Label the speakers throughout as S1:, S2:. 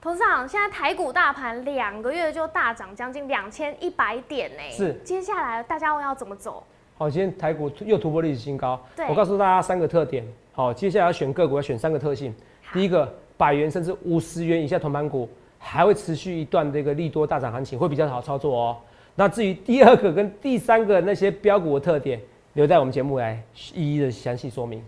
S1: 董事长，现在台股大盘两个月就大涨将近两千一百点呢，
S2: 是
S1: 接下来大家要怎么走？
S2: 好，今天台股突又突破历史新高
S1: 对。
S2: 我告诉大家三个特点。好，接下来要选个股，要选三个特性。第一个，百元甚至五十元以下同盘股还会持续一段这个利多大涨行情，会比较好操作哦。那至于第二个跟第三个那些标股的特点，留在我们节目来一一的详细说明。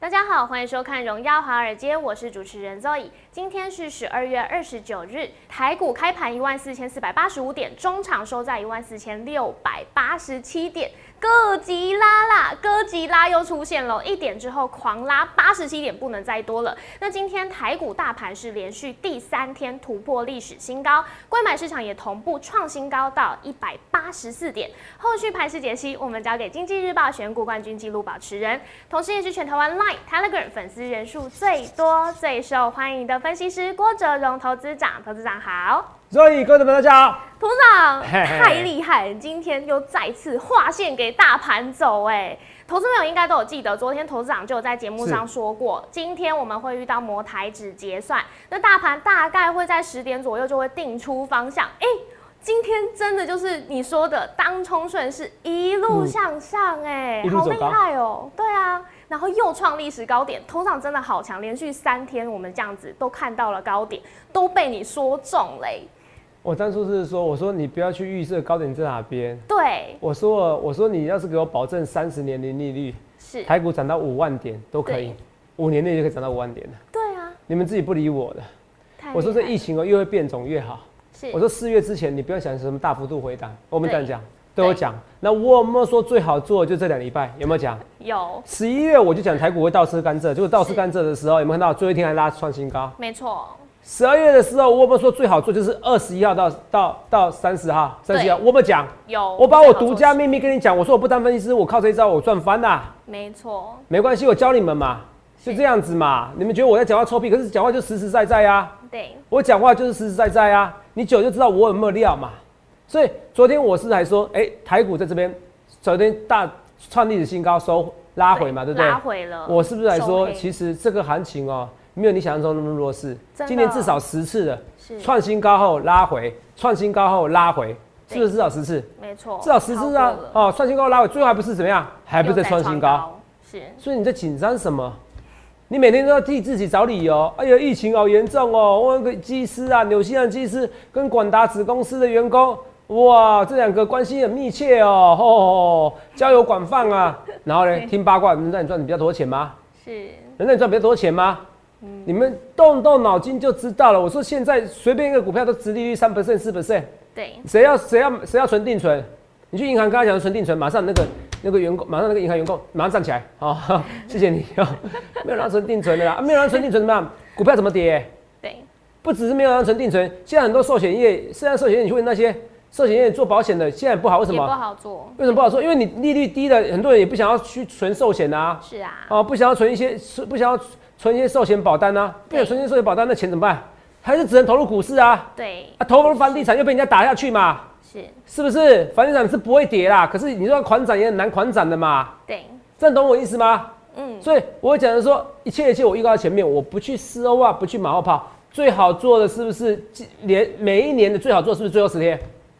S1: 大家好，欢迎收看《荣耀华尔街》，我是主持人 Zoe。今天是十二月二十九日，台股开盘一万四千四百八十五点，中场收在一万四千六百八十七点。哥吉拉啦，哥吉拉又出现了，一点之后狂拉八十七点，不能再多了。那今天台股大盘是连续第三天突破历史新高，贵买市场也同步创新高到一百八十四点。后续盘势解析，我们交给经济日报选股冠军纪录保持人，同时也是全台湾 Line、Telegram 粉丝人数最多、最受欢迎的分析师郭哲荣投资长。投资长好，
S2: 所以，各位朋友们大家好。
S1: 投资长
S2: 嘿嘿
S1: 太厉害了，今天又再次划线给大盘走哎、投资朋友应该都有记得，昨天投资长就有在节目上说过，今天我们会遇到摩台指结算，那大盘大概会在十点左右就会定出方向。哎、今天真的就是你说的当冲顺势一路向上、哎、
S2: 嗯一路
S1: 好
S2: 走
S1: 厉
S2: 高
S1: 害哦、对啊，然后又创历史高点，头涨真的好强，连续三天我们这样子都看到了高点，都被你说中哎嘞、
S2: 我当初是说，我说你不要去预设高点在哪边。
S1: 对，
S2: 我说了，我说你要是给我保证三十年零利率，
S1: 是，
S2: 台股涨到五万点都可以
S1: 对，
S2: 五年内就可以涨到五万点了。
S1: 对啊，
S2: 你们自己不理我的。
S1: 太
S2: 我说
S1: 厉
S2: 这
S1: 害
S2: 疫情哦，越会变种越好。
S1: 是，
S2: 我说四月之前你不要想什么大幅度回档，我们
S1: 对
S2: 这样讲，
S1: 对
S2: 对我讲。那我有没有说最好做就这两礼拜？有没有讲？
S1: 有，
S2: 十一月我就讲台股会倒吃甘蔗，结果倒吃
S1: 是
S2: 甘蔗的时候，有没有看到最后一天还拉创新高？
S1: 没错，
S2: 十二月的时候，我有没有说最好做就是二十一号到到到三十号？三十号
S1: 对
S2: 我有没有讲？
S1: 有。
S2: 我把我
S1: 最好做
S2: 独家
S1: 事，
S2: 秘密跟你讲，我说我不当分析师，我靠这一招我赚翻啦。
S1: 没错，
S2: 没关系，我教你们嘛，就这样子嘛。你们觉得我在讲话臭屁，可是讲话就实实在在啊。
S1: 对，
S2: 我讲话就是实实在在啊，你久就知道我有没有料嘛。所以昨天我是还说，哎、台股在这边，昨天大创历史新高收拉回嘛，对不对
S1: 拉？回了，
S2: 我是不是还
S1: 收
S2: 说，
S1: 黑
S2: 其实这个行情哦、没有你想象中那么弱势
S1: 真的，
S2: 今年至少十次了，
S1: 是
S2: 创新高后拉回，创新高后拉回，
S1: 对
S2: 是不是至少十次？
S1: 没错，
S2: 至少十次啊
S1: 超过！了
S2: 哦，创新高拉回，最后还不是怎么样？还不是在创新高？，
S1: 又再创是
S2: 所以你在紧张什么？你每天都要替自己找理由。哎呀，疫情好严重哦！我有个技师啊，纽西兰技师跟广达子公司的员工，哇，这两个关系很密切哦，哦，交友广泛啊。然后呢，听八卦，能让你赚比较多钱吗？
S1: 是
S2: 能让你赚比较多钱吗？你们动动脑筋就知道了。我说现在随便一个股票都殖利率三 percent 四 percent，
S1: 对，
S2: 谁要谁要谁要存定存？你去银行跟他讲存定存，马上那个那个员工，马上那个银行员工马上站起来，好、 哦，谢谢你。哦、没有人要存定存的啦，啊没有人要存定存怎么样？股票怎么跌？
S1: 对，
S2: 不只是没有人要存定存，现在很多寿险业，现在寿险业你去问那些寿险业做保险的，现在不好，为什
S1: 也不
S2: 么？
S1: 好做，
S2: 为什么不好说？因为你利率低了，很多人也不想要去存寿险啊，
S1: 是啊，
S2: 哦，不想要存一些，不想要存一些寿险保单啊，不想
S1: 对
S2: 存一些寿险保单，那钱怎么办？还是只能投入股市啊，
S1: 对，
S2: 啊，投入房地产又被人家打下去嘛。
S1: 是，
S2: 是不是？房地产是不会跌啦，可是你说款涨也很难款涨的嘛，
S1: 对，
S2: 这样懂我意思吗？
S1: 嗯，
S2: 所以我讲的说，一切一切我预告在前面，我不去事后啊，不去马后炮，最好做的是不是连每一年的最好做是不是最后十天？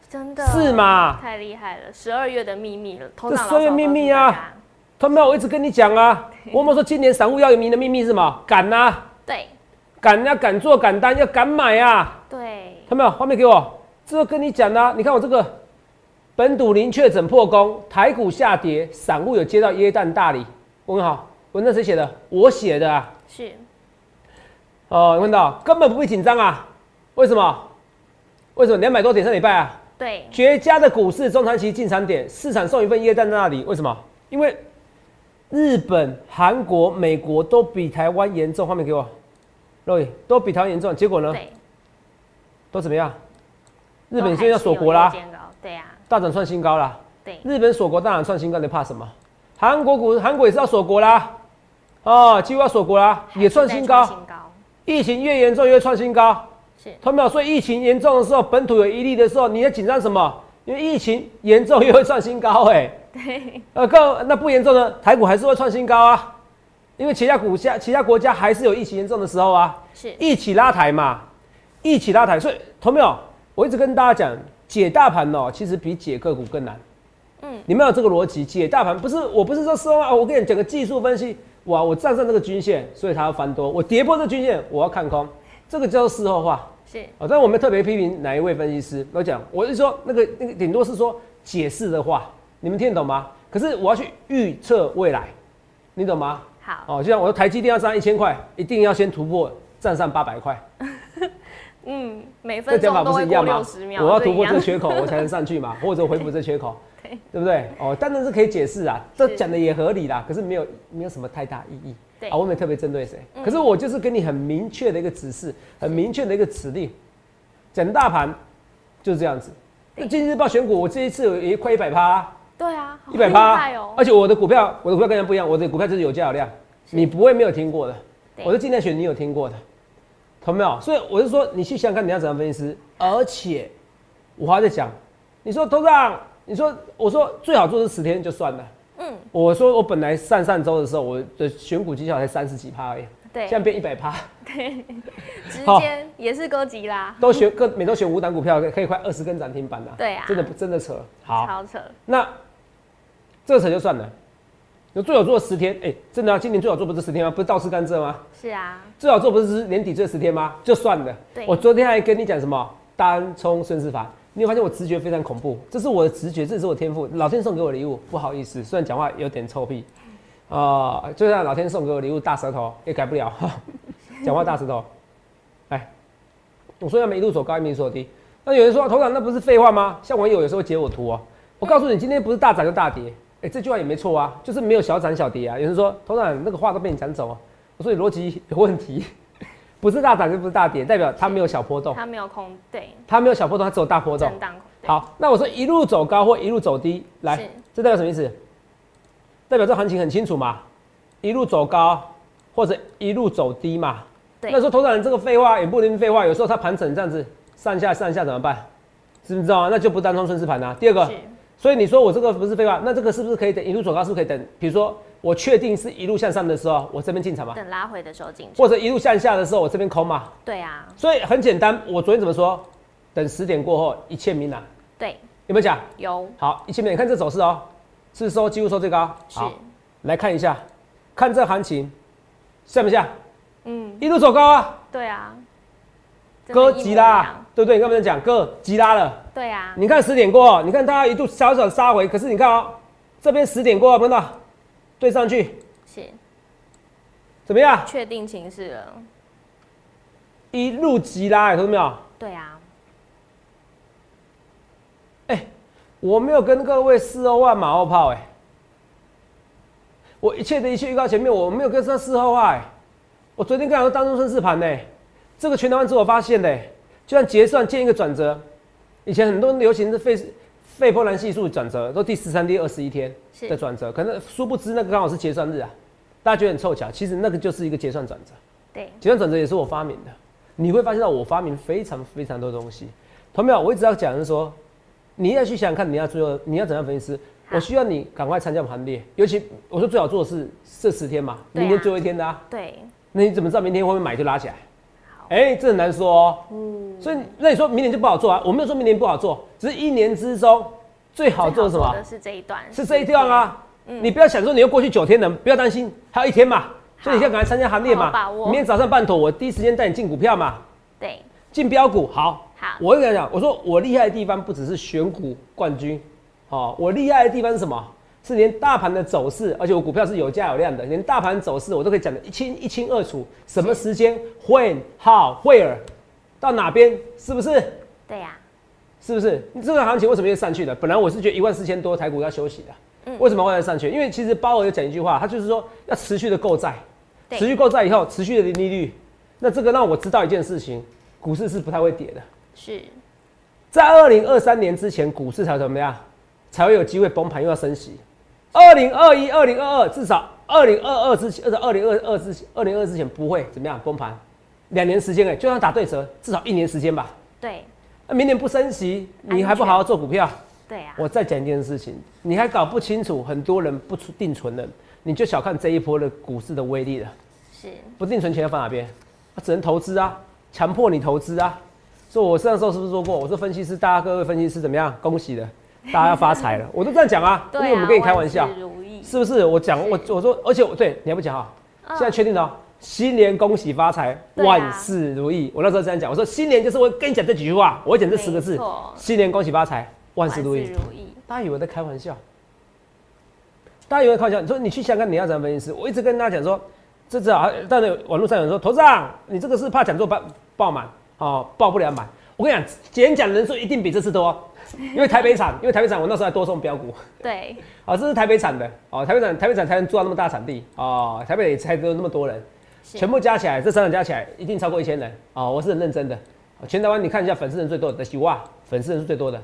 S1: 真的
S2: 是？嘛？
S1: 太厉害了，十二月的秘密了，头
S2: 这
S1: 脑
S2: 12月秘密啊他们我一直跟你讲啊，我们说今年散户要有名的秘密是什么？敢啊，
S1: 对
S2: 敢啊，敢做敢担，要敢买啊！
S1: 对，
S2: 他们有画面给我，这就跟你讲啦、你看我这个本土零确诊破功，台股下跌，散户有接到耶诞大礼。问好，文章谁写的？我写的啊。
S1: 是
S2: 哦，有看到根本不必紧张啊。为什么？为什么两百多点上礼拜啊？
S1: 对，
S2: 绝佳的股市中长期进场点，市场送一份耶诞大礼。为什么？因为日本、韩国、美国都比台湾严重。画面给我，肉眼都比台湾严重。结果呢？
S1: 对，
S2: 都怎么样？日本
S1: 都
S2: 现在要
S1: 还是有
S2: 锁国啦
S1: 夜，间高，对啊，
S2: 大涨创新高啦。
S1: 对，
S2: 日本锁国大涨创新高，你怕什么？韩国股韩国也是要锁国啦，哦，几乎要锁国啦，也
S1: 还是
S2: 创
S1: 在
S2: 新高。
S1: 新高，
S2: 疫情越严重越创新高，
S1: 是
S2: 同没有？所以疫情严重的时候，本土有一例的时候，你在紧张什么？因为疫情严重又会创新高哎、
S1: 对，
S2: 呃，更那不严重的台股还是会创新高啊，因为其他股价、其他国家还是有疫情严重的时候啊，
S1: 是
S2: 一起拉抬嘛，一起拉抬。所以，同没有？我一直跟大家讲，解大盘哦，其实比解个股更难。
S1: 嗯
S2: 嗯，你们有这个逻辑，解大盘不是我不是说说啊，我跟你讲个技术分析，哇，我站上这个均线，所以它要翻多，我跌破这均线，我要看空，这个叫做事后化。
S1: 是
S2: 啊、但我没特别批评哪一位分析师，我讲，我是说那个那个顶多是说解释的话，你们听得懂吗？可是我要去预测未来，你懂吗？
S1: 好，
S2: 哦，就像我说台积电要上一千块，一定要先突破站上八百块，
S1: 嗯，每
S2: 这
S1: 分
S2: 讲法
S1: 钟都
S2: 不是
S1: 会
S2: 一
S1: 过
S2: 样吗
S1: 六十？秒，
S2: 我要突破
S1: 这
S2: 这
S1: 一
S2: 个
S1: 样
S2: 缺口，我才能上去嘛，或者回补这缺口，
S1: 对
S2: 对不对？哦，当然是可以解释啊，这
S1: 是
S2: 讲的也合理啦，可是没有没有什么太大意义。
S1: 对
S2: 啊，我没有特别针对谁，
S1: 嗯
S2: 可是我就是给你很明确的一个指示，很明确的一个指令。整大盘就是这样子。那
S1: 对
S2: 经济日报选股，我这一次有也快一百趴，
S1: 对啊，好
S2: 一百
S1: 厉
S2: 趴哎
S1: 害哦，
S2: 而且我的股票，我的股票跟人家不一样，我的股票就是有价有量，
S1: 是
S2: 你不会没有听过的。
S1: 对
S2: 我是尽量选你有听过的，懂没有？所以我是说，你去想想看你要怎样分析师，而且我还在讲，你说头长，你说我说最好做是十天就算了。
S1: 嗯，
S2: 我说我本来上上周的时候，我的选股绩效才三十几趴而已，现在
S1: 对
S2: 变一百趴，
S1: 对，直
S2: 好
S1: 接也是哥吉拉，
S2: 都选各每周选五档股票，可以快二十根涨停板了、
S1: 对啊
S2: 真的不真的扯。好，
S1: 超扯，
S2: 那这个扯就算了。那最好做十天，哎、真的啊，今年最好做不是十天吗？不是倒吃甘蔗吗？
S1: 是啊，
S2: 最好做不是年底这十天吗？就算了
S1: 对。
S2: 我昨天还跟你讲什么单冲孙思凡，你有发现我直觉非常恐怖，这是我的直觉，这也是我天赋，老天送给我的礼物。不好意思，虽然讲话有点臭屁，啊、就像老天送给我的礼物大舌头也改不了，讲话大舌头。哎，我说要么一路走高，一路走低。那有人说啊头长那不是废话吗？像网友有时候截我图哦，我告诉你，今天不是大涨就大跌，哎、这句话也没错啊，就是没有小涨小跌啊。有人说头长那个话都被你讲走、哦，我说你逻辑有问题， 不是大涨就不是大跌，代表它没有小波动，
S1: 他没有空，对，
S2: 它没有小波动，它只有大波动
S1: 震。荡空，对，
S2: 好，那我说一路走高或一路走低，来
S1: 是，
S2: 这代表什么意思？代表这行情很清楚嘛，一路走高或者一路走低嘛。
S1: 对
S2: 那时候投资人这个废话也不能废话，有时候它盘整这样子上下上下怎么办？知不知道啊？那就不单双顺势盘啦、第二个，
S1: 是，
S2: 所以你说我这个不是废话，那这个是不是可以等一路走高？是不是可以等？比如说我确定是一路向上的时候，我这边进场嘛，
S1: 等拉回的时候进场，
S2: 或者一路向下的时候，我这边空嘛。
S1: 对啊，
S2: 所以很简单，我昨天怎么说？等十点过后，一切明朗。
S1: 对，
S2: 有没有讲？
S1: 有
S2: 好，一千点，你看这走势哦，是收几乎收最高。
S1: 是，
S2: 好，来看一下，看这行情，像不像？
S1: 嗯，
S2: 一路走高啊，
S1: 对啊，真的
S2: 哥
S1: 一模
S2: 吉
S1: 一
S2: 拉啊
S1: 样，，
S2: 对不对？你刚才讲哥吉拉了，
S1: 对啊，
S2: 你看十点过后，你看它一度小小杀回，可是你看哦，这边十点过后，有没有看到？对上去
S1: 是
S2: 怎么样？
S1: 确定情势了，
S2: 一路吉拉，看到没有？
S1: 对啊，
S2: 我没有跟各位四欧万马后炮哎、我一切的一切预告前面我没有跟上四欧万、哎我昨天跟你说当中顺势盘呢，欸这个全台湾只有我发现的、哎就像结算见一个转折，以前很多流行是费费波兰系数转折，都第十三、第二十一天
S1: 是
S2: 的转折，可能殊不知那个刚好是结算日啊，大家觉得很凑巧，其实那个就是一个结算转折。
S1: 对，
S2: 结算转折也是我发明的。你会发现到我发明非常非常多东西。同没有？我一直要讲的是说，你要去想想看你要最后你要怎样分析师。
S1: 好
S2: 我需要你赶快参加我们行列，尤其我说最好做的是这十天嘛，
S1: 对啊
S2: 明天最后一天的啊，
S1: 对，
S2: 那你怎么知道明天会不会买就拉起来
S1: 好？
S2: 哎、这很难说哦。
S1: 嗯，
S2: 所以那你说明年就不好做啊？我没有说明年不好做，只是一年之中最好做的是什
S1: 最
S2: 么
S1: 好的？是这一段，
S2: 是这一段啊。
S1: 嗯
S2: 你不要想说你又过去九天了，不要担心，还有一天嘛。所以你现在赶快参加行列
S1: 好好
S2: 嘛
S1: 把，握
S2: 明天早上办妥，我第一时间带你进股票嘛，
S1: 对，
S2: 进标股。好，
S1: 好
S2: 我跟你讲，我说我厉害的地方不只是选股冠军，哦，我厉害的地方是什么？是连大盘的走势，而且我股票是有价有量的，连大盘走势我都可以讲得一清一清二楚，什么时间、when、how、where，到哪边，是不是？
S1: 对呀，
S2: 是不是？这个行情为什么又上去了？本来我是觉得一万四千多台股要休息的，
S1: 嗯
S2: 为什么后来上去？因为其实鲍尔有讲一句话，他就是说要持续的购债，
S1: 对
S2: 持续购债以后，持续的零利率。那这个让我知道一件事情，股市是不太会跌的。
S1: 是，
S2: 在二零二三年之前，股市才怎么样？才会有机会崩盘，又要升息。二零二一、二呃零二二，至少二零二二之前，二零二二之二零二之前不会怎么样崩盘，两年时间哎，就算打对折，至少一年时间吧。
S1: 对
S2: 那明年不升息，
S1: 安
S2: 你还不好好做股票？
S1: 对啊，
S2: 我再讲一件事情，你还搞不清楚，很多人不出定存了，你就小看这一波的股市的威力了。
S1: 是
S2: 不定存钱要放哪边？他只能投资啊，强迫你投资啊。所以我上时候是不是说过，我说分析师，大家各位分析师怎么样？恭喜了，大家要发财了，我都这样讲啊，因
S1: 对啊，
S2: 为我们跟你开玩笑
S1: 万，事如意
S2: 是不是？我讲
S1: 是
S2: 我我说，而且我对你还不讲啊，
S1: 嗯
S2: 现在确定了哦，新年恭喜发财，
S1: 对啊
S2: 万事如意。我那时候这样讲，我说新年就是我跟你讲这几句话，我会讲这十个
S1: 没
S2: 字
S1: 错，
S2: 新年恭喜发财，万
S1: 哦万
S2: 事如意。
S1: 如意
S2: 大家以为我在开玩笑，大家以为开玩笑。你说你去香港，你要怎么分析师？我一直跟大家讲说，这只啊，但是网络上有人说，头长，你这个是怕讲座爆爆满哦，爆不了满。我跟你讲，演讲人数一定比这次多，因为台北场，因为台北场我那时候还多送标股。
S1: 对，
S2: 啊、这是台北产的哦，台北产台北产才能做到那么大产地哦，台北也才有那么多人，
S1: 是
S2: 全部加起来，这三场加起来一定超过一千人哦，我是很认真的。哦全台湾你看一下粉丝人最多的喜哇，粉丝人是最多的。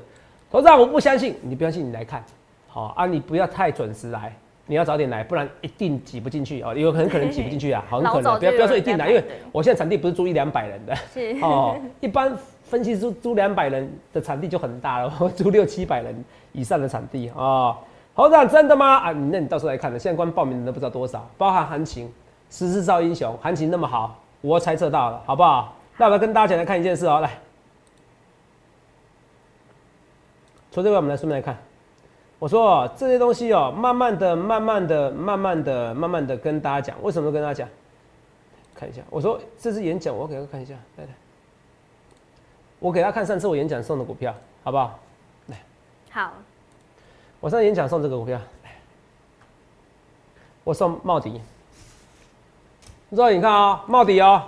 S2: 头上我不相信，你不相信你来看，好、啊，你不要太准时来，你要早点来，不然一定挤不进去哦，有很可能挤不进 去啊，很可
S1: 老
S2: 能，
S1: 早
S2: 不
S1: 就
S2: 要
S1: 有
S2: 不要说
S1: 人
S2: 一定
S1: 在
S2: 来，
S1: 排
S2: 因为
S1: 队
S2: 我现在产地不是租一两百人的。
S1: 是
S2: 哦，一般分析租租两百人的场地就很大了， 我租六七百人以上的场地啊、哦。侯长真的吗？啊，你那你到时候来看了，现在光报名人都不知道多少，包含行情，时势造英雄，行情那么好，我猜测到了，好不好？那我要跟大家简单看一件事哦，来，从这边我们来顺便来看，我说哦这些东西哦，慢慢的、慢慢的、慢慢的、慢慢的跟大家讲，为什么跟大家讲？看一下，我说这次演讲，我给他看一下，来来，我给他看上次我演讲送的股票，好不好？
S1: 好，
S2: 我上次演讲送这个股票，来我送茂迪。之后你看啊、茂迪哦，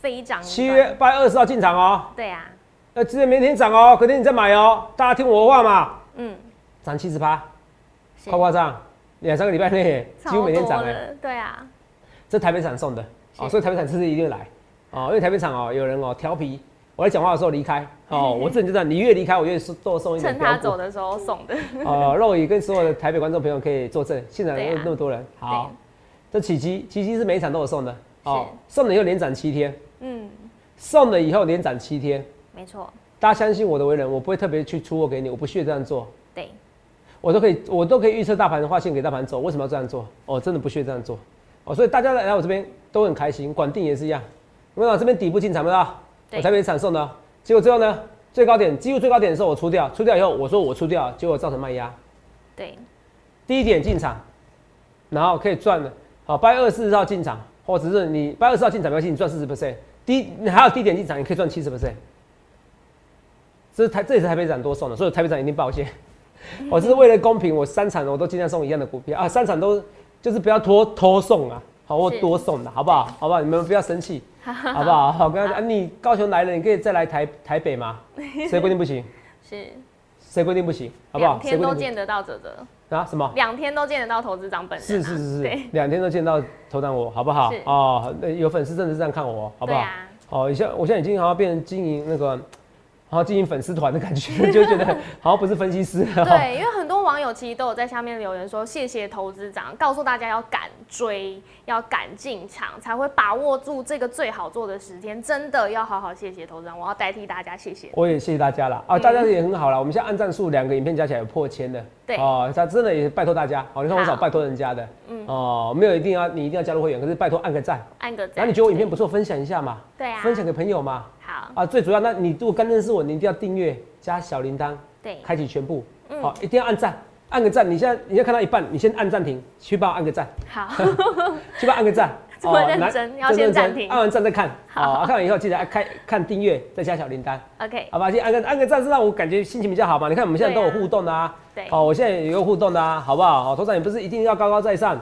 S1: 飞涨一段
S2: 七月八月二十号进场哦，
S1: 对啊，
S2: 呃，直接明天涨哦，隔天你再买哦，大家听我话嘛，
S1: 嗯，
S2: 涨七十八，
S1: 是
S2: 夸不夸张？两三个礼拜内几乎每天涨
S1: 超多
S2: 哎、
S1: 了对啊，
S2: 这台北厂送的哦，
S1: 是
S2: 所以台北厂这次一定会来哦，因为台北厂哦有人哦调皮，我在讲话的时候离开 哦，我这人就这样，你越离开我越多送一点
S1: 趁
S2: 标
S1: 他
S2: 股
S1: 走的时候送的，
S2: 哦，肉宇跟所有的台北观众朋友可以作证，现场
S1: 对
S2: 有
S1: 啊
S2: 那么多人。好，这奇迹，奇迹是每一场都有送的哦，送了以后连涨七天，
S1: 嗯，
S2: 送了以后连涨七天。
S1: 没错，
S2: 大家相信我的为人，我不会特别去出货给你，我不屑这样做，
S1: 对，
S2: 我都可以，我都可以预测大盘的话，先给大盘走，为什么要这样做？哦，真的不屑这样做。哦，所以大家来来我这边都很开心，管定也是一样。有没有这边底部进场没有？
S1: 对
S2: 我台北场送的，结果最后呢，最高点几乎最高点的时候我出掉，出掉以后我说我出掉，结果造成卖压。
S1: 对，
S2: 低点进场，然后可以赚的。好，八月二十四号进场，或者是你八月二十号进场没关系，你赚四十 percent。低，你还有低点进场，你可以赚七十 percent。这是台，这也是台北展多送的，所以台北展一定抱歉。 我这是为了公平，我三场我都尽量送一样的股票啊，三场都就是不要拖拖送啊，好或
S1: 是
S2: 多送的，好不好？好不好？你们不要 生气，好不好？好，跟他讲，啊你高雄来了，你可以再来台台北嘛，谁规定不行？
S1: 是，
S2: 谁规定不行？好不好
S1: 两？
S2: 谁
S1: 天
S2: 规
S1: 都
S2: 定不行
S1: 见得到泽泽，
S2: 啊？什么？
S1: 两天都见得到投资长本人
S2: 是
S1: 啊，
S2: 是是是
S1: 对，
S2: 两天都见到头档我，好不好
S1: 是？
S2: 哦，那有粉丝真的是这样看我，好不
S1: 对
S2: 好？
S1: 啊，
S2: 好，像我现在已经好像变成经营那个，好像经营粉丝团的感觉， 就觉得好像不是分析师 了。
S1: 对，因为很多网友其实都有在下面留言说，谢谢投资长，告诉大家要敢追，要敢进场，才会把握住这个最好做的时间。真的要好好谢谢投资长，我要代替大家谢谢。
S2: 我也谢谢大家啦，
S1: 嗯
S2: 啊，大家也很好啦，我们现在按赞数两个影片加起来有破千的，
S1: 对
S2: 哦，他真的也拜托大家，哦，你看我
S1: 好
S2: 少拜托人家的，嗯，哦，没有一定要你一定要加入会员，可是拜托按个赞，
S1: 按个
S2: 然后
S1: 赞
S2: 你。觉得我影片不错，分享一下嘛，
S1: 对啊，
S2: 分享给朋友嘛，
S1: 好，
S2: 啊，最主要那你如果刚认识我，你一定要订阅加小铃铛，
S1: 对，
S2: 开启全部，好、
S1: 嗯
S2: 一定要按赞，按个赞。你现在你现在看到一半，你先按暂停，去帮我按个赞，
S1: 好，。
S2: 去帮我按个赞 哦
S1: 这么认真
S2: 来
S1: 要先
S2: 真认真
S1: 暂停
S2: 按完赞再看。
S1: 好
S2: 好、啊看完以后记得按开看订阅，再加小铃铛，
S1: OK，
S2: 好吧？先按个按个赞，是让我感觉心情比较好嘛。你看我们现在都有
S1: 对啊
S2: 互动啊，
S1: 对，
S2: 哦，我现在也有互动的啊，好不好？哦，头长也不是一定要高高在上，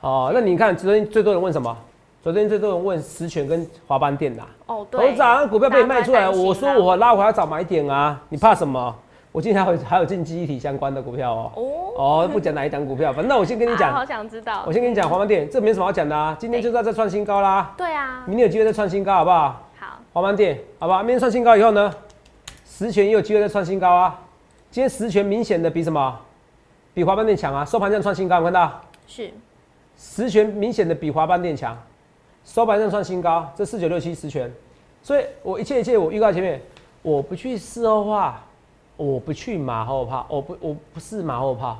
S2: 哦，那你看昨天最多人问什么？昨天最多人问实权跟华邦电啦、
S1: 哦，对，
S2: 头长股票被你卖出来，
S1: 大家都在担心啊
S2: 我说
S1: 啦
S2: 我拉回要找买点啊，你怕什么？我今天还有还有进记忆体相关的股票哦。
S1: 哦，
S2: 哦，不讲哪一档股票，反正我先跟你
S1: 啊好
S2: 讲，
S1: 想知道
S2: 我，先跟你讲华邦电，这没什么好讲的啊，今天就在这创新高啦，
S1: 对啊，
S2: 明天有机会再创新高好不好？
S1: 好，
S2: 华邦电，好吧，明天创新高以后呢，实权也有机会再创新高啊，今天实权明显的比什么？比华邦电强啊，收盘这样创新高，有没有看到？
S1: 是，
S2: 实权明显的比华邦电强，收盘站创新高，这四九六七十全，所以我一切一切我预告前面，我不去事后化，我不去马后炮，我不我不是马后炮，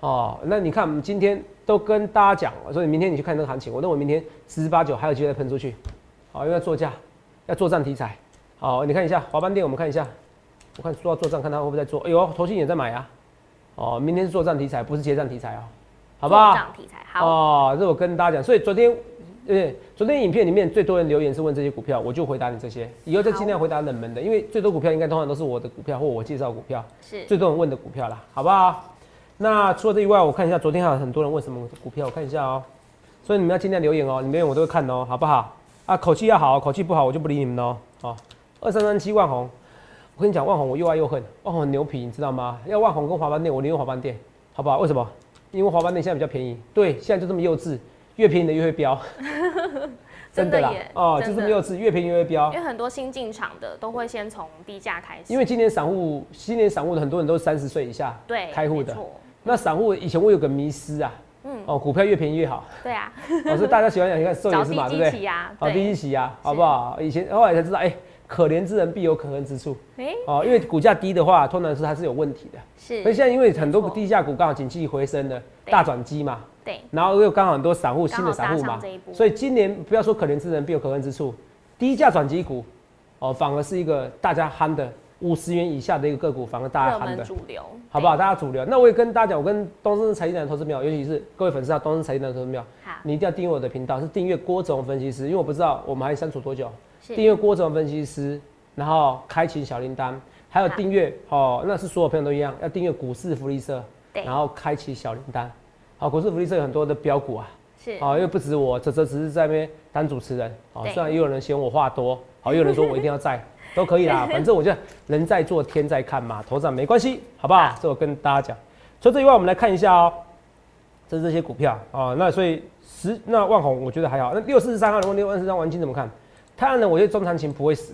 S2: 哦，那你看我们今天都跟大家讲，所以明天你去看那个行情，我认为明天十之八九还有机会再喷出去，好、因为要做价，要做账题材，好、你看一下华邦店，我们看一下，我看说到做账，看他会不会在做，哎呦，投信也在买啊，哦，明天是做账题材，不是结账题材哦，好不好？
S1: 做账题材好，
S2: 哦，这我跟大家讲，所以昨天，呃，昨天影片里面最多人留言是问这些股票，我就回答你这些，以后再尽量回答冷门的，因为最多股票应该通常都是我的股票或我介绍的股票，
S1: 是
S2: 最多人问的股票啦，好不好？那除了这以外，我看一下昨天还有很多人问什么股票，我看一下哦、所以你们要尽量留言哦、你们留言我都会看哦、好不好？啊，口气要好，口气不好我就不理你们喽、好，二三三七万红，我跟你讲，万红我又爱又恨，万红很牛皮，你知道吗？要万红跟华邦店，我宁愿华邦店，好不好？为什么？因为华邦店现在比较便宜，对，现在就这么幼稚，越便宜的越 会飙，
S1: 真的耶
S2: 哦，就
S1: 真
S2: 这
S1: 的
S2: 么幼稚，越便宜越会飙
S1: 因。为很多新进场的都会先从低价开始，
S2: 因为今年散户，今年散户的很多人都是三十岁以下
S1: 对
S2: 开户
S1: 没
S2: 的，
S1: 错
S2: 那散户以前我有个迷失啊，
S1: 嗯
S2: 哦，股票越便宜越好，
S1: 对啊，
S2: 哦，所以大家喜欢讲，你看瘦
S1: 找
S2: 也是
S1: 低
S2: 嘛，对
S1: 基
S2: 不对？
S1: 期啊，
S2: 好，第一
S1: 对，
S2: 期啊，好不好？以前后来才知道，哎、可怜之人必有可恨之处
S1: 哎，
S2: 哦，因为股价低的话，通常是它是有问题的。
S1: 是
S2: 而，现在因为很多
S1: 没错
S2: 低价股刚好景气回升了，
S1: 对
S2: 大转机嘛，
S1: 对，
S2: 然后又刚好很多散户新的散户
S1: 刚好搭上
S2: 嘛
S1: 这一波，
S2: 所以今年不要说可怜之人必有可恨之处，低价转机股哦，反而是一个大家憨的五十元以下的一个个股，反而大家
S1: 热
S2: 憨的
S1: 门。主流，
S2: 好不好？大家主流。那我也跟大家讲，我跟东森财经台的投资朋友，尤其是各位粉丝啊，东森财经台的投资朋友，
S1: 好
S2: 你一定要订阅我的频道，是订阅郭总分析师，因为我不知道我们还相处多久。
S1: 是
S2: 订阅郭总分析师，然后开启小铃铛，还有
S1: 好
S2: 订阅哦，那是所有朋友都一样，要订阅股市福利社，
S1: 对
S2: 然后开启小铃铛。好，股市福利社有很多的标股啊，
S1: 是
S2: 好、因为不止我，这这只是在那边当主持人，好、
S1: 对
S2: 虽然也有人嫌我话多，好、也有人说我一定要在，都可以 啦，反正我就人在做天在看嘛，头涨没关系，好不好？
S1: 好
S2: 这我跟大家讲。除了这以外，我们来看一下哦、这是这些股票啊、那所以十那万红我觉得还好，那六四十三号的问六二十三王金怎么看？太阳能我觉得中长期不会死，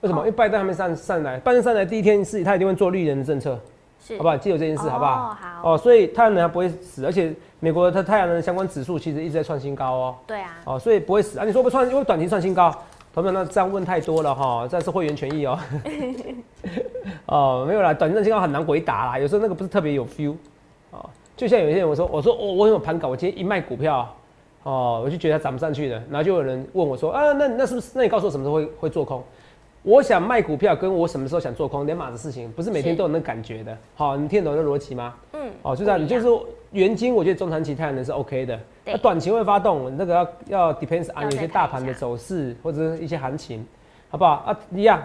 S2: 为什
S1: 哦
S2: 么？因为拜登还没上上来，拜登上来第一天是他一定会做绿能政策，
S1: 是，
S2: 好不好？记得这件事，好不好？
S1: 哦好，
S2: 哦，所以太阳能还不会死，而且美国它太阳能相关指数其实一直在创新高哦，
S1: 对啊，
S2: 哦，所以不会死啊。你说不创，因为短期创新高，同学们那这样问太多了哈，这是会员权益哦。哦，没有啦，短期创新高很难回答啦，有时候那个不是特别有 feel 哦。就像有些人我说，我说我、我有盘搞，我今天一卖股票，哦，我就觉得它涨不上去了，然后就有人问我说，啊，那那是不是？那你告诉我什么时候会会做空？我想卖股票，跟我什么时候想做空，两码子事情，不是每天
S1: 是
S2: 都有那感觉的。好、你听得懂这逻辑吗？
S1: 嗯，
S2: 哦，就这样，
S1: 不
S2: 你
S1: 一
S2: 就是说原金，我觉得中长期太阳能是 OK 的，
S1: 对
S2: 那短期会发动，那个要要 depends
S1: 要
S2: on
S1: 再
S2: 有些
S1: 看
S2: 大
S1: 一
S2: 盘的
S1: 下
S2: 走势或者是一些行情，好不好？啊，一样，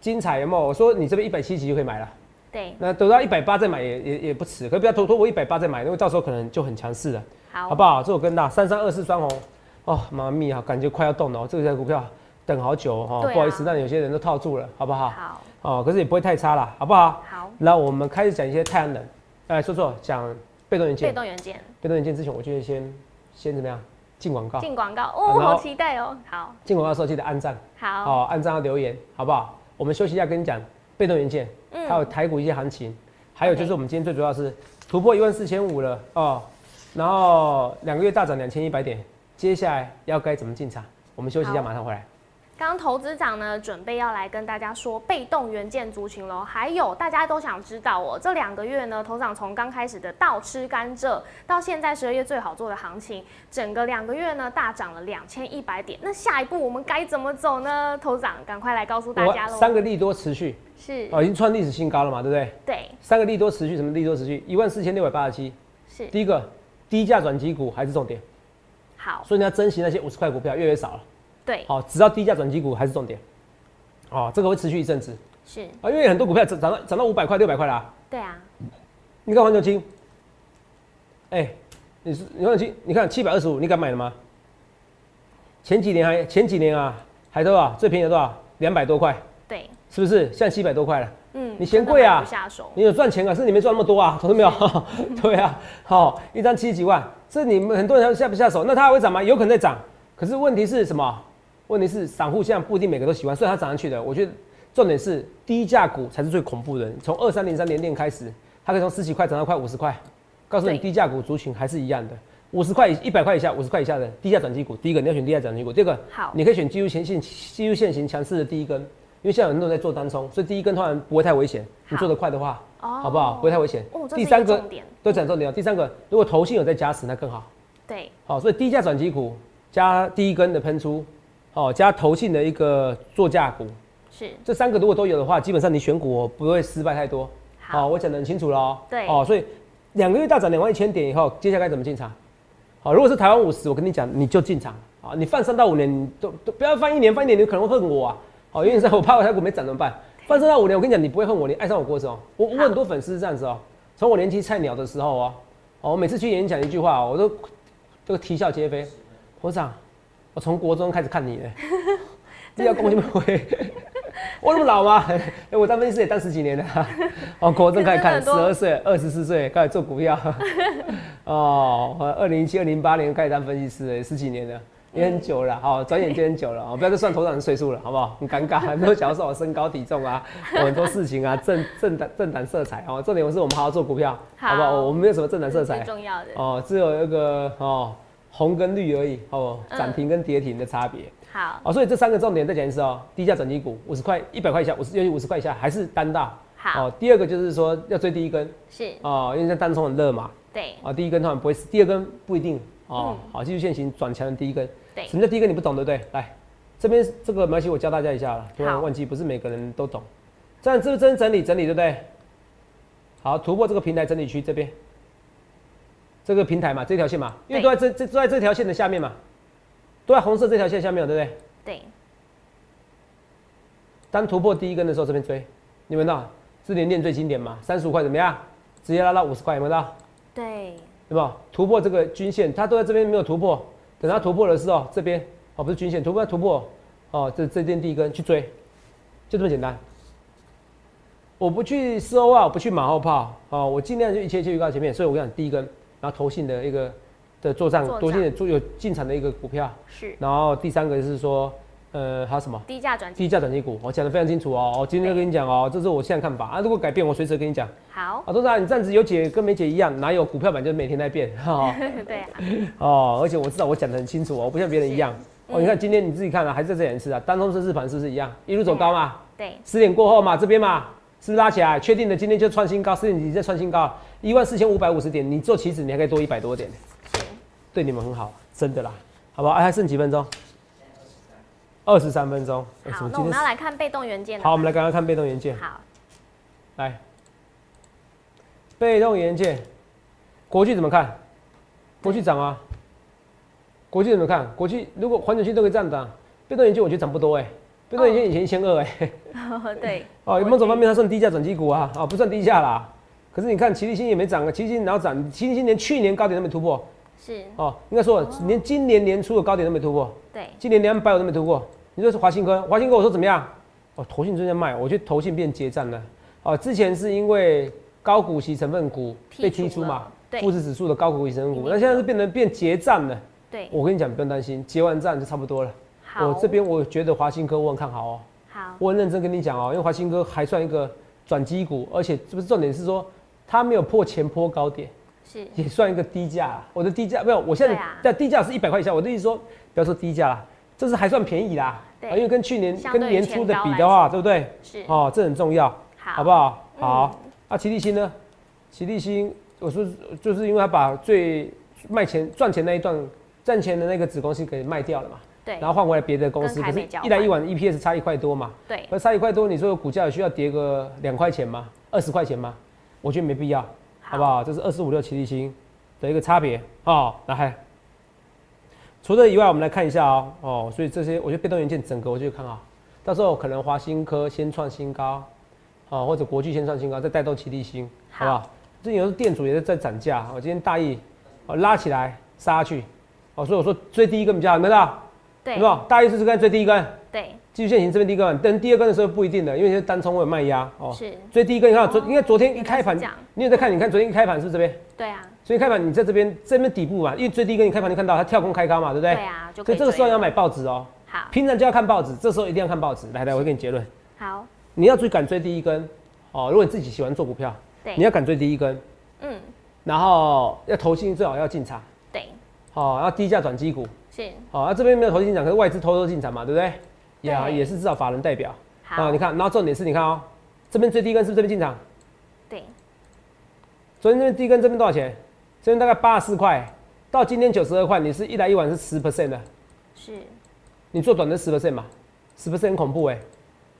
S2: 精彩有没有？我说你这边一百七级就可以买了，
S1: 对，
S2: 那等到一百八再买也也也不迟，可不要拖拖我一百八再买，因为到时候可能就很强势了，
S1: 好
S2: 好不好？这我跟大三三二四双红，哦，妈咪啊，感觉快要动了哦，这家股票等好久哦，
S1: 对啊
S2: 不好意思，但有些人都套住了，好不好？
S1: 好
S2: 哦，可是也不会太差了，好不好？
S1: 好，
S2: 那我们开始讲一些太阳能，哎，说错，讲被动元
S1: 被
S2: 件。
S1: 动元件
S2: 被动元件之前，我就会先先怎么样进广告。
S1: 进广告
S2: 然
S1: 哦，
S2: 后
S1: 好期待哦，好
S2: 进广告的时候记得按赞，
S1: 好，
S2: 哦，按赞要留言，好不好？我们休息一下，跟你讲被动元件，还有
S1: 嗯，
S2: 台股一些行情，还有
S1: OK
S2: 就是我们今天最主要是突破一万四千五了哦，然后两个月大涨两千一百点，接下来要该怎么进场？我们休息一下，
S1: 好
S2: 马上回来。
S1: 刚刚投资长呢准备要来跟大家说被动元件族群喽，还有大家都想知道哦，这两个月呢，投资长从刚开始的倒吃甘蔗，到现在十二月最好做的行情，整个两个月呢大涨了两千一百点，那下一步我们该怎么走呢？投资长赶快来告诉大家
S2: 我三
S1: 喽，
S2: 个利多持续，
S1: 是，
S2: 哦，已经创历史新高了嘛，对不对？
S1: 对，
S2: 三个利多持续，什么利多持续？一万四千六百八十七。
S1: 是，
S2: 第一个，低价转机股还是重点，
S1: 好，
S2: 所以你要珍惜那些五十块股票，越来越少了。
S1: 对，
S2: 好、只要低价转机股还是重点。哦，这个会持续一阵子
S1: 是，
S2: 啊，因为很多股票涨涨到涨到五百块、六百块啦。
S1: 对啊，
S2: 你看环球金，哎、你是你环球金，你看七百二十五，你敢买了吗？前几年还前几年啊，还多少？最便宜的多少？两百多块，
S1: 对，
S2: 是不是？现在七百多块了。
S1: 嗯，
S2: 你嫌贵
S1: 真的买
S2: 啊
S1: 不下手，
S2: 你有赚钱啊，是你没赚那么多啊，懂没有？ 对啊，好、一张七十几万，这你们很多人下不下手？那它还会涨吗？有可能在涨，可是问题是什么？问题是散户现在不一定每个都喜欢，所以它涨上去的。我觉得重点是低价股才是最恐怖的。从二三零三连电开始，它可以从十几块涨到快五十块，告诉你
S1: 对
S2: 低价股族群还是一样的。五十块、一百块以下、五十块以下的低价转机股，第一个你要选低价转机股，第二个
S1: 好
S2: 你可以选技术线性技术线型强势的第一根，因为现在有很多人在做单冲，所以第一根通常不会太危险。你做得快的话，
S1: 哦
S2: 好不好？不会太危险。
S1: 哦，这是
S2: 第
S1: 一
S2: 三
S1: 个
S2: 个
S1: 重点，
S2: 都讲重点哦。第三个，如果投信有在加持，那更好。
S1: 对，
S2: 好、所以低价转机股加第一根的喷出，好、加投信的一个做价股，
S1: 是
S2: 这三个如果都有的话，基本上你选股不会失败太多。
S1: 好
S2: 我讲得很清楚了哦。
S1: 对
S2: 哦，所以两个月大涨两万一千点以后，接下来该怎么进场？好、如果是台湾五十，我跟你讲，你就进场啊、你放三到五年，你都都不要放一年，放一年你可能会恨我啊。哦，因为你知道我怕我台股没涨怎 么办？放三到五年，我跟你讲，你不会恨我，你爱上我过程哦。我我很多粉丝是这样子哦，从我年纪菜鸟的时候哦，哦，我每次去演讲一句话哦、我都这个啼笑皆非。火长，我从国中开始 看你的， 你要恭喜不回。我那么老吗？ 哎、我当分析师也当十 几年了、哦，国中开始看，
S1: 真
S2: 十
S1: 的很多
S2: 二岁、二十四岁开始做股票。 哦，二零一七、二零八年开始当分析师了，也十几年了。也很久了，
S1: 嗯
S2: 好、转眼间很久了，哦，不要再算头长的岁数了，好不好？很尴 尬，很多人想要算我身高体重啊，我很多事情啊，政政党政党色彩哦，重点是我们好好做股票，好不好？哦
S1: 好
S2: 我我们没有什么政党
S1: 这
S2: 色
S1: 是
S2: 彩
S1: 最，重要的。
S2: 哦，只有那个哦红跟绿而已哦，
S1: 嗯
S2: 涨停跟跌停的差别、
S1: 好，
S2: 哦，所以这三个重点再讲一次哦，低价转基股五十块、一百块以下，五十尤其五十块以下还是单大
S1: 好
S2: 哦。第二个就是说要追第一根
S1: 是
S2: 哦，因为像单冲很热嘛，
S1: 对，
S2: 啊、第一根当然不会死，第二根不一定哦。
S1: 嗯
S2: 好，技术线型转强的第一根，
S1: 对
S2: 什么叫第一根你不懂对不对？来，这边这个没关系，我教大家一下了，突然
S1: 好
S2: 忘记，不是每个人都懂。这样这边整理整理对不对？好，突破这个平台整理区这边，这个平台嘛，这条线嘛，因为都
S1: 对
S2: 在这这都在这条线的下面嘛，都在红色这条线下面嘛，对不对？
S1: 对，
S2: 当突破第一根的时候，这边追，你们到是连练最经典嘛，三十五块怎么样？直接拉到五十块，有没有到？
S1: 对，
S2: 对吧？突破这个均线，它都在这边没有突破，等它突破的时候，这边哦不是均线，突破突破哦，这这根第一根去追，就这么简单。我不去 CO 啊，我不去马后炮哦，我尽量就一切就预告前面，所以我跟你讲第一根，然后投信的一个的做账
S1: 做，账
S2: 投信的做有进场的一个股票，
S1: 是
S2: 然后第三个是说，呃，还有什么？
S1: 低价转机。
S2: 低价转机股，我讲的非常清楚哦。我今天就跟你讲哦，这是我现在看法啊。如果改变，我随时跟你讲。
S1: 好，
S2: 啊，董事长，你这样子有解跟没解一样，哪有股票版就是每天在变哈、哦
S1: 对啊，
S2: 哦，而且我知道我讲的很清楚哦，我不像别人一样。哦，
S1: 嗯
S2: 你看今天你自己看啊，还是这两次啊，单冲这日盘是不是一样，一路
S1: 嗯
S2: 走高嘛，
S1: 对，
S2: 十点过后嘛，这边嘛，是不是拉起来，确定的今天就创新高，十点你再创新高，一万四千五百五十点，你做期指你还可以多一百多点，对你们很好，真的啦，好不好？哎、还剩几分钟？二十三分钟。哎怎
S1: 好，
S2: 么
S1: 那
S2: 今
S1: 我
S2: 天
S1: 们要来看被动元件了。
S2: 好，我们来刚刚看被动元件。
S1: 好，
S2: 来，被动元件，国巨怎么看？国巨涨啊，国巨怎么看？国巨如果环球区都可以这样涨，被动元件我觉得涨不多哎、被动元件以前一千二哎，
S1: 对，
S2: 哦，某种方面它算低价转机股啊，啊不算低价啦。可是你看，齐力新也没涨啊，齐力新然后涨，齐力新连去年高点都没突破
S1: 是，
S2: 哦，应该说连今年年初的高点都没突破，
S1: 对，
S2: 今年两百我都没突破。你说是华信科，华信科我说怎么样？哦，投信正在卖，我觉得投信变结账了。哦，之前是因为高股息成分股被
S1: 剔
S2: 剔
S1: 除
S2: 出嘛
S1: 了，对
S2: 富士指数的高股息成分股，
S1: 嗯
S2: 那现在是变成变结账了。
S1: 对，
S2: 我跟你讲，不用担心，结完账就差不多了。
S1: 嗯好，
S2: 我这边我觉得华信科我很看好哦，
S1: 好，
S2: 我很认真跟你讲哦，因为华信科还算一个转机股，而且这不是重点是说它没有破前波高点。
S1: 是
S2: 也算一个低价啦。我的低价没有，我现在
S1: 对啊
S2: 但低价是一百块以下。我的意思说，不要说低价啦，这是还算便宜啦。
S1: 对
S2: 啊因为跟去年
S1: 相对
S2: 跟
S1: 于
S2: 年初的
S1: 前高
S2: 比
S1: 来
S2: 的话，对不对？
S1: 是，
S2: 哦，这很重要，
S1: 好，
S2: 好不好？
S1: 嗯
S2: 好。啊，齐立新呢？齐立新，我说就是因为他把最卖钱赚钱那一段赚钱的那个子公司给卖掉了嘛，
S1: 对
S2: 然，后换回来别的公司，
S1: 跟
S2: 可
S1: 凯
S2: 是
S1: 美交换
S2: 一来一往 EPS 差一块多嘛。
S1: 对，
S2: 而差一块多，你说股价有需要跌个两块钱吗？二十块钱吗？我觉得没必要，好不好？这是二四五六奇力新的一个差别哦。那还除了以外，我们来看一下哦哦，所以这些我觉得被动元件整个我就看好，到时候可能华新科先创新高，哦或者国巨先创新高，再带动奇力新，好不好？这有时候店主也是在涨价，我、哦、今天大意哦拉起来杀下去，哦所以我说追第一根比较好，有没有看到？有没
S1: 对，
S2: 有？大意就是跟追第一根。
S1: 对，
S2: 技术线型这边第一根，但第二根的时候不一定的，因为现在单冲会有卖压哦。
S1: 是，
S2: 所以第一根你看昨，
S1: 哦
S2: 因为昨天一开盘
S1: 原来是这样，
S2: 你有在看？你看昨天一开盘是不是这边？
S1: 对啊，
S2: 所以开盘你在这边这边底部嘛，因为最低一根你开盘就看到它跳空开高嘛，对不对？
S1: 对啊，就可
S2: 所
S1: 以
S2: 以这个时候
S1: 追啊
S2: 要
S1: 了
S2: 买报纸哦，
S1: 好，
S2: 平常就要看报纸，这时候一定要看报纸。来来，我给你结论，
S1: 好，
S2: 你要追敢追第一根哦。如果你自己喜欢做股票，你
S1: 对，
S2: 要敢追第一根，
S1: 嗯，
S2: 然后要投信最好要进场。
S1: 对，
S2: 好、然后低价转基股，
S1: 是
S2: 好、那这边没有投资进场，可是外资偷偷进场嘛，对不对？
S1: 对
S2: 也好也是至少法人代表啊、
S1: 好
S2: 你，看，然后重点是，你看哦，这边最低根是不是这边进场？
S1: 对，
S2: 昨天这边低根这边多少钱？这边大概八十四块，到今天九十二块，你是一来一往是十 percent 的，
S1: 是，
S2: 你做短的十 percent 嘛，十 percent 很恐怖哎、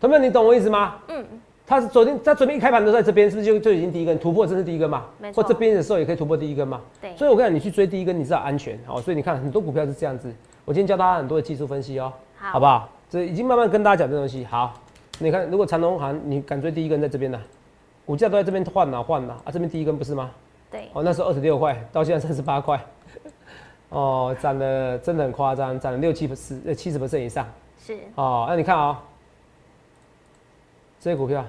S2: 同学们，你懂我意思吗？
S1: 嗯，
S2: 它是昨天，它昨天一开盘都在这边，是不是就就已经第一根突破？这是第一根嘛
S1: 没？错
S2: 或这边的时候也可以突破第一根嘛？
S1: 对，
S2: 所以我跟你讲，你去追第一根，你知道安全好，所以你看很多股票是这样子。我今天教大家很多的技术分析哦、
S1: 好
S2: 好不好？这已经慢慢跟大家讲这东西。好，你看，如果长隆行你敢追第一根在这边呢、啊股价都在这边换呐换呐啊，这边第一根不是吗？
S1: 对，
S2: 哦，那时候二十六块，到现在三十八块，哦，涨得真的很夸张，涨了六七十呃七十 percent 以上。
S1: 是，
S2: 哦，那你看啊、哦，这些股票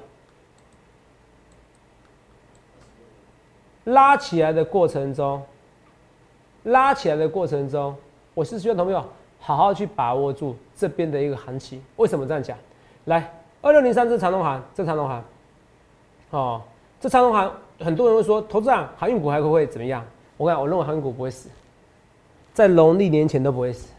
S2: 拉起来的过程中，拉起来的过程中，我是希望同朋友好好去把握住这边的一个行情。为什么这样讲？来，二六零三这是长隆行，这是长隆行，哦，这长隆行很多人会说，投资长航运股还会不会怎么样？我跟你讲，我认为航运股不会死，在农历年前都不会死。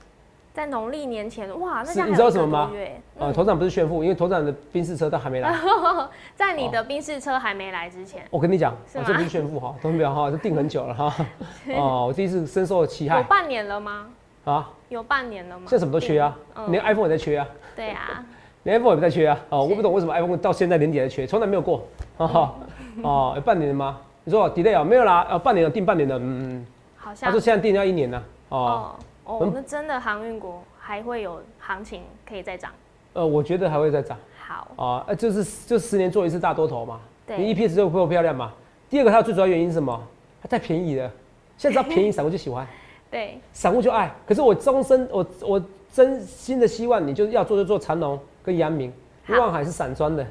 S1: 在农历年前，哇，那
S2: 是
S1: 这样
S2: 你
S1: 还
S2: 知道
S1: 有
S2: 什么
S1: 一个
S2: 吗
S1: 多月
S2: 啊、头长不是炫富，因为头长的宾士车都还没来。
S1: 在你的宾士车还没来之前，
S2: 我跟你讲，
S1: 是
S2: 我、
S1: 吗
S2: 这不是炫富哈，同学们哈，这定很久 了哈。哦，我第一次深受其
S1: 有
S2: 害
S1: 半年了吗？
S2: 啊！
S1: 有半年了吗？
S2: 现在什么都缺啊，
S1: 嗯
S2: 连 iPhone 也在缺啊，
S1: 对啊，
S2: 连 iPhone 也不在缺啊。哦，
S1: 是
S2: 我不懂为什么 iPhone 到现在年底还在缺，从来没有过。哦，
S1: 嗯
S2: 哦，有半年了吗？你说 delay 啊？没有啦，呃，半年了，定半年了。嗯，嗯
S1: 好像
S2: 他说现在定要一年呢。哦，
S1: 哦哦，那真的航运股还会有行情可以再涨。
S2: 呃，我觉得还会再涨。
S1: 好，
S2: 啊，呃，就是就十年做一次大多头嘛，
S1: 对
S2: 你 EPS 就够漂亮嘛。第二个，它最主要原因是什么？它太便宜了，现在只要便宜，散户就喜欢，
S1: 对，
S2: 散户就爱。可是我终身，我我真心的希望你就是要做就做长隆跟阳明，
S1: 好
S2: 万海是散装的，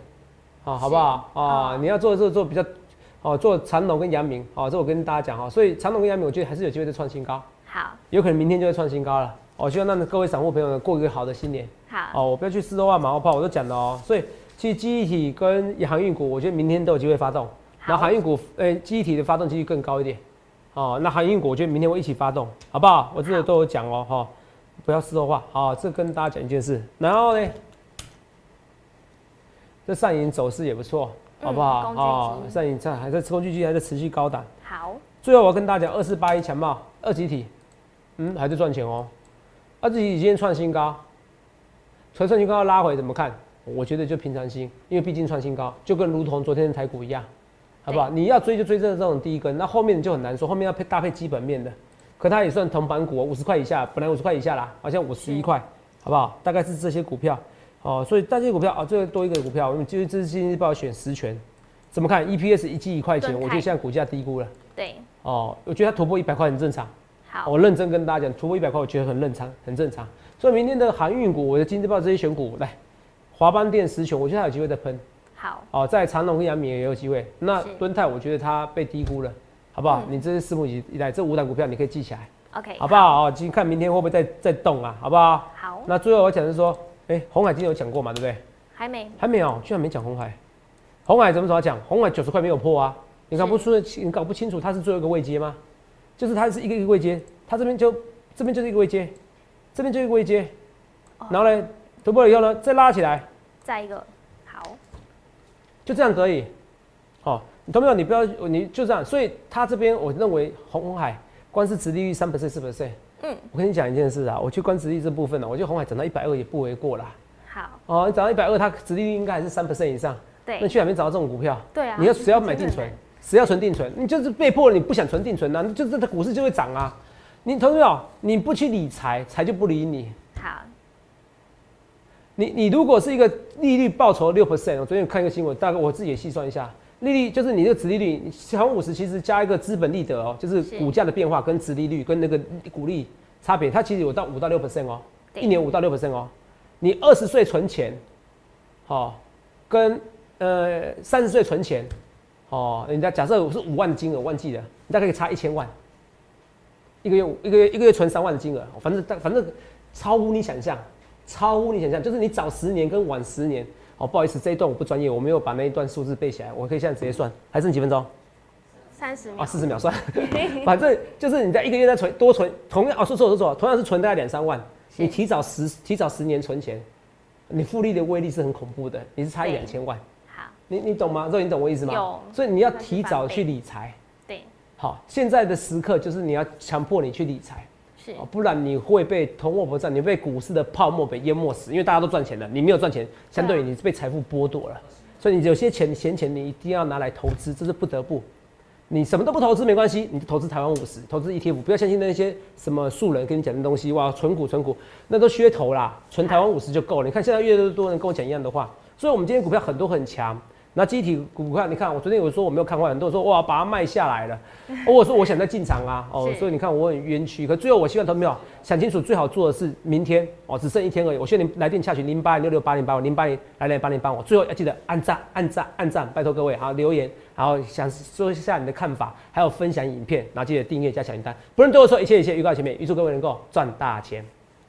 S2: 啊，好不好？
S1: 是
S2: 啊
S1: 哦，
S2: 你要做就做比较，哦，做长隆跟阳明，啊，这我跟大家讲哈，所以长隆跟阳明，我觉得还是有机会再创新高，
S1: 好，
S2: 有可能明天就会创新高了。我希望让各位散户朋友呢过一个好的新年。
S1: 好，
S2: 哦，我不要去四周万马后炮，我都讲了哦。所以其实记忆体跟航运股，我觉得明天都有机会发动。然后
S1: 好
S2: 航运股，呃、记忆体的发动几率更高一点。哦，那航运股我觉得明天会一起发动，好不好？我这个
S1: 好
S2: 都有讲哦，哈、不要四周话。好、这跟大家讲一件事。然后呢，这上影走势也不错，好不好？哦
S1: 嗯工具机
S2: 上影在还在工具机还在持续高档。
S1: 好，
S2: 最后我要跟大家讲，二四八一强茂二级体，嗯，还在赚钱哦。二级体今天创新高，纯创新高拉回怎么看？我觉得就平常心，因为毕竟创新高，就跟如同昨天的台股一样，好不好？你要追就追这这种第一根，那后面你就很难说，后面要配搭配基本面的。可它也算铜板股哦，五十块以下，本来五十块以下啦，好像五十一块，好不好？大概是这些股票哦，所以但这些股票啊，最后多一个股票，我们就是这是今日报选十权，怎么看？EPS 一季一块钱，
S1: 敦
S2: 我
S1: 泰
S2: 觉得现在股价低估了。
S1: 对，
S2: 哦，我觉得它突破一百块很正常。
S1: 好，
S2: 我认真跟大家讲，突破一百块，我觉得很正常，很正常。所以明天的航运股，我的经济报这些选股来，华邦电、十全，我觉得它有机会再喷。
S1: 好，
S2: 哦，在长隆跟阳明也有机会。那
S1: 是嗯
S2: 敦泰，我觉得它被低估了，好不好？你这是拭目以待，这五档股票你可以记起来，
S1: ，OK，
S2: 好不好？哦，今看明天会不会再再动啊，好不好？
S1: 好，
S2: 那最后我讲的是说，哎、红海今天有讲过嘛，对不对？
S1: 还没，
S2: 还没有，居然没讲红海。红海怎么怎么讲？红海九十块没有破啊！你搞不出，你搞不清楚它是最后一个位阶吗？就是它是一个一个位阶，它这边就这边就是一个位阶，这边就一个位阶，
S1: 哦
S2: 然后呢突破了以后呢再拉起来，
S1: 再一个，好，
S2: 就这样可以。哦，你懂不懂？你不要你就这样，所以它这边我认为红红海光是殖利率三 percent 四 percent，
S1: 嗯，
S2: 我跟你讲一件事啊，我去观殖利率这部分呢、我觉得红海涨到一百二也不为过啦。
S1: 好，
S2: 哦，你涨到一百二，它殖利率应该还是三 percent 以上，那
S1: 对，
S2: 去哪边找到这种股票？
S1: 对啊，
S2: 你要谁要买
S1: 真
S2: 定
S1: 的
S2: 存
S1: 很难？，
S2: 谁要存定存？你就是被迫了，你不想存定存啊，你就是这股市就会涨啊。你投资友，你不去理财，财就不理你。
S1: 好，
S2: 你你如果是一个利率报酬六 percent，我昨天有看一个新闻，大概我自己也细算一下，利率就是你这个殖利率，你乘五十其实加一个资本利得哦，就是
S1: 是
S2: 股价的变化跟殖利率跟那个股利差别，它其实有到五到六 percent 哦，
S1: 对
S2: 一年五到六 percent 哦。你二十岁存钱，哦，跟呃三十岁存钱，哦，人家假设我是五万金额，我忘记了，你大概可以差一千万，一个月五一个月一个月存三万的金额，哦反正反正超乎你想象，超乎你想象，就是你早十年跟晚十年。哦，不好意思，这一段我不专业，我没有把那一段数字背起来，我可以现在直接算，还剩几分钟？
S1: 三十秒
S2: 啊，，四十秒算， 反正就是你在一个月再存多存，同样哦，说错说错，同样是存大概两三万，
S1: 是
S2: 你提早十提早十年存钱，你复利的威力是很恐怖的，你是差一
S1: 对
S2: 两千万，
S1: 好，
S2: 你你懂吗？肉，你懂我意思吗？
S1: 有
S2: 所以你要
S1: 那是
S2: 提
S1: 翻
S2: 早
S1: 倍
S2: 去理财。
S1: 对，
S2: 好，现在的时刻就是你要强迫你去理财，
S1: 是
S2: 哦，不然你会被通货膨胀，你会被股市的泡沫被淹没死，因为大家都赚钱了，你没有赚钱，相对于你被财富剥夺了，所以你有些钱闲钱你一定要拿来投资，这是不得不。你什么都不投资没关系，你就投资台湾五十，投资 ETF，不要相信那些什么素人跟你讲的东西，哇，存股存股那都噱头啦，存台湾五十就够了。你看现在越来越多人跟我讲一样的话，所以我们今天股票很多很强。那集体股票，你看我昨天有说我没有看坏，很多人说哇把它卖下来了，哦我说我想再进场啊，哦
S1: 是
S2: 所以你看我很冤屈，可最后我希望投没有想清楚，最好做的是明天哦只剩一天而已，我希望你来电洽询零八零六六八零八五零八零来来八零八五，最后要记得按赞按赞按赞，拜托各位好留言，然后想说一下你的看法，还有分享影片，然后记得订阅加小铃铛，不论对我说一切一切预告前面，预祝各位能够赚大钱。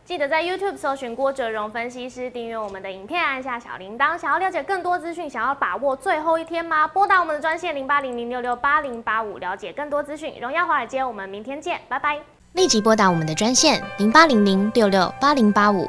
S1: 记得在 YouTube 搜寻郭哲荣分析师，订阅我们的影片，按下小铃铛。想要了解更多资讯，想要把握最后一天吗？拨打我们的专线零八零零六六八零八五，了解更多资讯。荣耀华尔街，我们明天见，拜拜。
S3: 立即拨打我们的专线零八零零六六八零八五